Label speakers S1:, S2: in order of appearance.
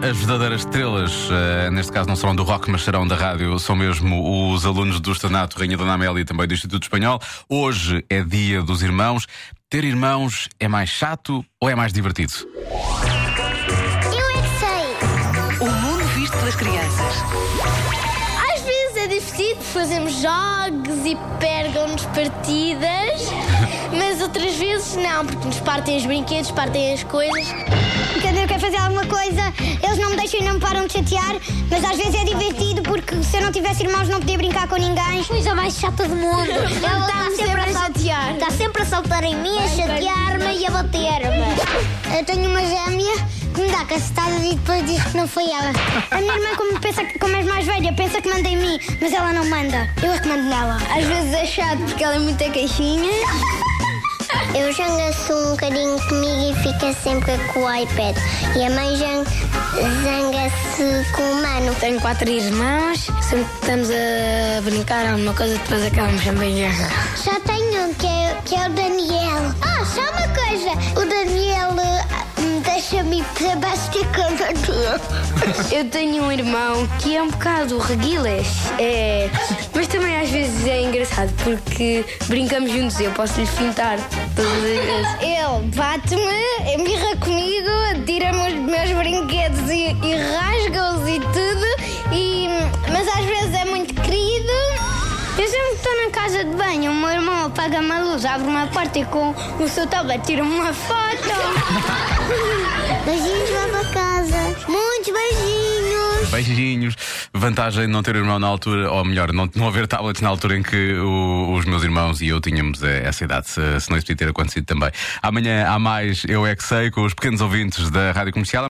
S1: As verdadeiras estrelas, eh, neste caso não serão do rock, mas serão da rádio, são mesmo os alunos do Estanato Rainha Dona Amélia e também do Instituto Espanhol. Hoje é dia dos irmãos. Ter irmãos é mais chato ou é mais divertido?
S2: Eu é que sei!
S3: O mundo visto pelas crianças.
S2: Às vezes é divertido, fazemos jogos e pergam-nos partidas, mas outras vezes não, porque nos partem os brinquedos, partem as coisas.
S4: Quando eu quero fazer alguma coisa, eles não me deixam e não me param de chatear, mas às vezes é divertido porque se eu não tivesse irmãos não podia brincar com ninguém.
S2: Coisa mais chata do mundo. Ela está sempre a chatear. Está sempre a saltar em mim, a chatear-me e a bater-me.
S4: Eu tenho uma gêmea que me dá cacetada e depois diz que não foi ela. A minha irmã, como, pensa, que- como é mais velha, pensa que manda em mim, mas ela não manda. Eu é que mando nela.
S2: Às vezes é chato porque ela é muita queixinha.
S4: Eu janga-se um bocadinho comigo e fica sempre com o iPad. E a mãe zanga-se com o mano.
S2: Tenho quatro irmãos, sempre estamos a brincar alguma coisa, depois acabamos sempre em guerra.
S4: Já tenho um que é, que é o Daniel. Ah, só uma coisa. O Daniel hum, deixa-me para baixo da cama
S2: Eu tenho um irmão que é um bocado reguilas, é, mas também às vezes é engraçado porque brincamos juntos e eu posso lhe fintar todas as vezes. Ele bate-me, mirra comigo, tira-me os meus brinquedos e, e rasga-os e tudo, e, mas às vezes é muito querido.
S4: Eu sempre estou na casa de banho, o meu irmão apaga-me a luz, abre uma porta e com o seu tablet tira-me uma foto. Beijinhos lá para casa. Muitos beijinhos.
S1: Beijinhos. Vantagem de não ter irmão na altura, ou melhor, não, não haver tablets na altura em que o- os meus irmãos e eu tínhamos eh, essa idade, se, se não isso podia ter acontecido também. Amanhã há mais Eu É Que Sei com os pequenos ouvintes da Rádio Comercial.